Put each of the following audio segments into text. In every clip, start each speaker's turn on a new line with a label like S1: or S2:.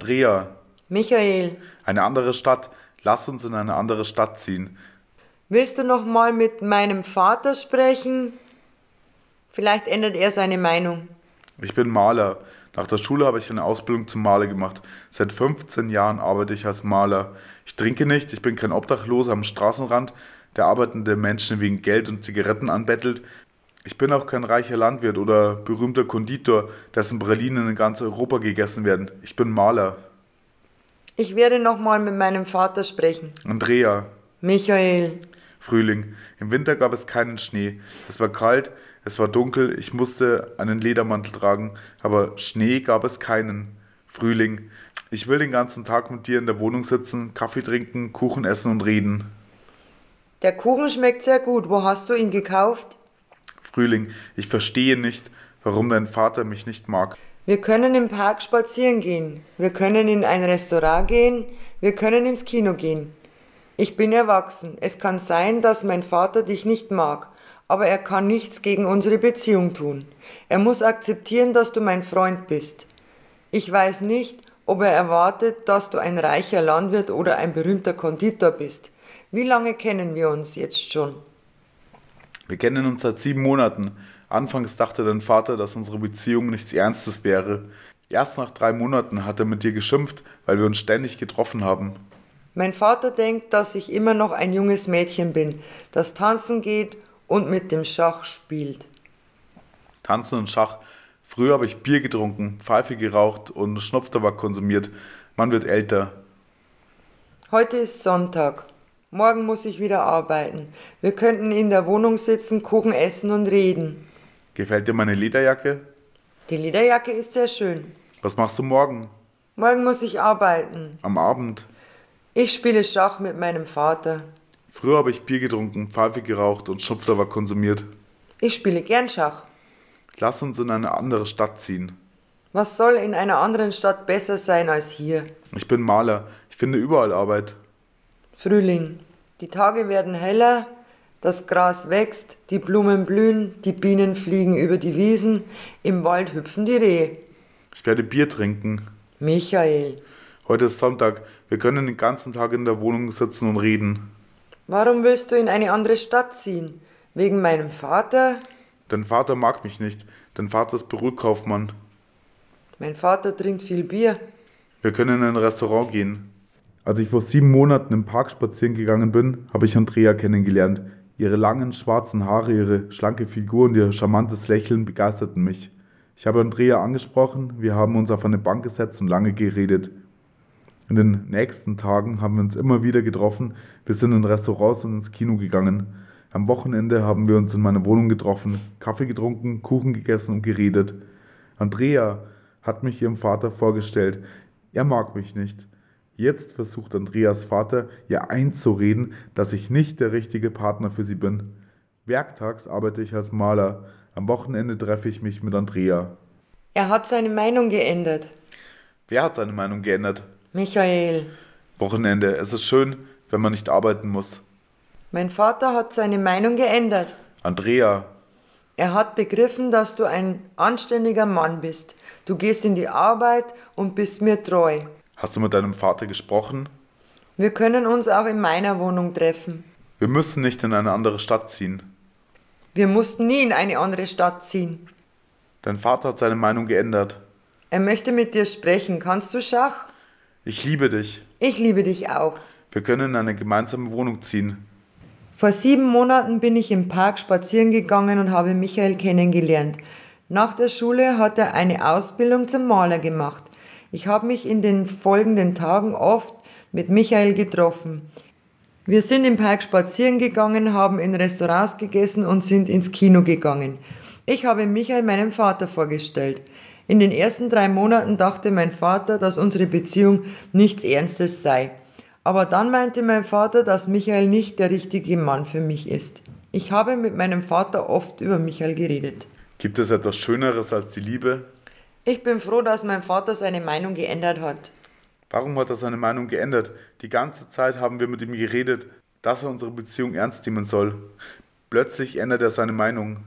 S1: Andrea,
S2: Michael,
S1: eine andere Stadt. Lass uns in eine andere Stadt ziehen.
S2: willst du noch mal mit meinem Vater sprechen? Vielleicht ändert er seine Meinung.
S1: Ich bin Maler. Nach der Schule habe ich eine Ausbildung zum Maler gemacht. Seit 15 Jahren arbeite ich als Maler. Ich trinke nicht, ich bin kein Obdachloser am Straßenrand, der arbeitende Menschen wegen Geld und Zigaretten anbettelt. Ich bin auch kein reicher Landwirt oder berühmter Konditor, dessen Pralinen in ganz Europa gegessen werden. Ich bin Maler.
S2: Ich werde noch mal mit meinem Vater sprechen.
S1: Andrea,
S2: Michael,
S1: Frühling. Im Winter gab es keinen Schnee. Es war kalt, es war dunkel, ich musste einen Ledermantel tragen, aber Schnee gab es keinen. Frühling. Ich will den ganzen Tag mit dir in der Wohnung sitzen, Kaffee trinken, Kuchen essen und reden.
S2: der Kuchen schmeckt sehr gut. Wo hast du ihn gekauft?
S1: Frühling. Ich verstehe nicht, warum dein Vater mich nicht mag.
S2: Wir können im Park spazieren gehen. Wir können in ein Restaurant gehen. Wir können ins Kino gehen. Ich bin erwachsen. Es kann sein, dass mein Vater dich nicht mag, aber er kann nichts gegen unsere Beziehung tun. Er muss akzeptieren, dass du mein Freund bist. Ich weiß nicht, ob er erwartet, dass du ein reicher Landwirt oder ein berühmter Konditor bist. Wie lange kennen wir uns jetzt schon?
S1: Wir kennen uns seit sieben Monaten. Anfangs dachte dein Vater, dass unsere Beziehung nichts Ernstes wäre. Erst nach drei Monaten hat er mit dir geschimpft, weil wir uns ständig getroffen haben.
S2: Mein Vater denkt, dass ich immer noch ein junges Mädchen bin, das tanzen geht und mit dem Schach spielt.
S1: Tanzen und Schach. Früher habe ich Bier getrunken, Pfeife geraucht und Schnupftabak konsumiert. Man wird älter.
S2: Heute ist Sonntag. Morgen muss ich wieder arbeiten. Wir könnten in der Wohnung sitzen, Kuchen essen und reden.
S1: Gefällt dir meine Lederjacke?
S2: Die Lederjacke ist sehr schön.
S1: Was machst du morgen?
S2: Morgen muss ich arbeiten.
S1: Am Abend?
S2: Ich spiele Schach mit meinem Vater.
S1: Früher habe ich Bier getrunken, Pfeife geraucht und Schnupftabak konsumiert.
S2: Ich spiele gern Schach.
S1: Lass uns in eine andere Stadt ziehen.
S2: Was soll in einer anderen Stadt besser sein als hier?
S1: Ich bin Maler. Ich finde überall Arbeit.
S2: Frühling. Die Tage werden heller, das Gras wächst, die Blumen blühen, die Bienen fliegen über die Wiesen, im Wald hüpfen die Rehe.
S1: Ich werde Bier trinken.
S2: Michael,
S1: Heute ist Sonntag. Wir können den ganzen Tag in der Wohnung sitzen und reden.
S2: warum willst du in eine andere Stadt ziehen? Wegen meinem Vater?
S1: Dein Vater mag mich nicht. Dein Vater ist Bürokaufmann.
S2: Mein Vater trinkt viel Bier.
S1: Wir können in ein Restaurant gehen. Als ich vor sieben Monaten im Park spazieren gegangen bin, habe ich Andrea kennengelernt. Ihre langen schwarzen Haare, ihre schlanke Figur und ihr charmantes Lächeln begeisterten mich. Ich habe Andrea angesprochen, wir haben uns auf eine Bank gesetzt und lange geredet. In den nächsten Tagen haben wir uns immer wieder getroffen, wir sind in Restaurants und ins Kino gegangen. Am Wochenende haben wir uns in meiner Wohnung getroffen, Kaffee getrunken, Kuchen gegessen und geredet. Andrea hat mich ihrem Vater vorgestellt. Er mag mich nicht. Jetzt versucht Andreas Vater, ihr einzureden, dass ich nicht der richtige Partner für sie bin. Werktags arbeite ich als Maler. Am Wochenende treffe ich mich mit Andrea.
S2: Er hat seine Meinung geändert.
S1: Wer hat seine Meinung geändert?
S2: Michael,
S1: Wochenende. Es ist schön, wenn man nicht arbeiten muss.
S2: mein Vater hat seine Meinung geändert.
S1: Andrea,
S2: Er hat begriffen, dass du ein anständiger Mann bist. Du gehst in die Arbeit und bist mir treu.
S1: hast du mit deinem Vater gesprochen?
S2: Wir können uns auch in meiner Wohnung treffen.
S1: Wir müssen nicht in eine andere Stadt ziehen.
S2: Wir mussten nie in eine andere Stadt ziehen.
S1: Dein Vater hat seine Meinung geändert.
S2: Er möchte mit dir sprechen. Kannst du Schach?
S1: Ich liebe dich.
S2: Ich liebe dich auch.
S1: Wir können in eine gemeinsame Wohnung ziehen.
S2: Vor sieben Monaten bin ich im Park spazieren gegangen und habe Michael kennengelernt. Nach der Schule hat er eine Ausbildung zum Maler gemacht. Ich habe mich in den folgenden Tagen oft mit Michael getroffen. Wir sind im Park spazieren gegangen, haben in Restaurants gegessen und sind ins Kino gegangen. Ich habe Michael meinem Vater vorgestellt. In den ersten drei Monaten dachte mein Vater, dass unsere Beziehung nichts Ernstes sei. Aber dann meinte mein Vater, dass Michael nicht der richtige Mann für mich ist. Ich habe mit meinem Vater oft über Michael geredet.
S1: Gibt es etwas Schöneres als die Liebe?
S2: Ich bin froh, dass mein Vater seine Meinung geändert hat.
S1: Warum hat er seine Meinung geändert? Die ganze Zeit haben wir mit ihm geredet, dass er unsere Beziehung ernst nehmen soll. Plötzlich ändert er seine Meinung.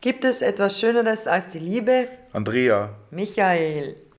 S2: Gibt es etwas Schöneres als die Liebe?
S1: Andrea,
S2: Michael.